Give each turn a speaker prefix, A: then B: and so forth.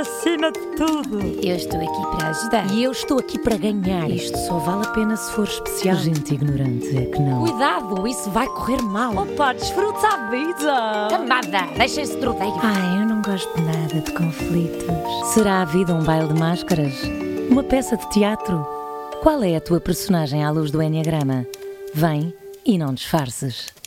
A: ensina tudo.
B: Eu estou aqui para ajudar.
C: E eu estou aqui para ganhar.
B: Isto só vale a pena se for especial.
C: Gente ignorante é que não.
B: Cuidado, isso vai correr mal.
C: Oh,
A: Opa, desfruta a vida.
B: Camada, deixem-se de rodeio.
C: Ai, eu não gosto de nada de conflitos. Será a vida um baile de máscaras? Uma peça de teatro? Qual é a tua personagem à luz do Enneagrama? Vem e não disfarces.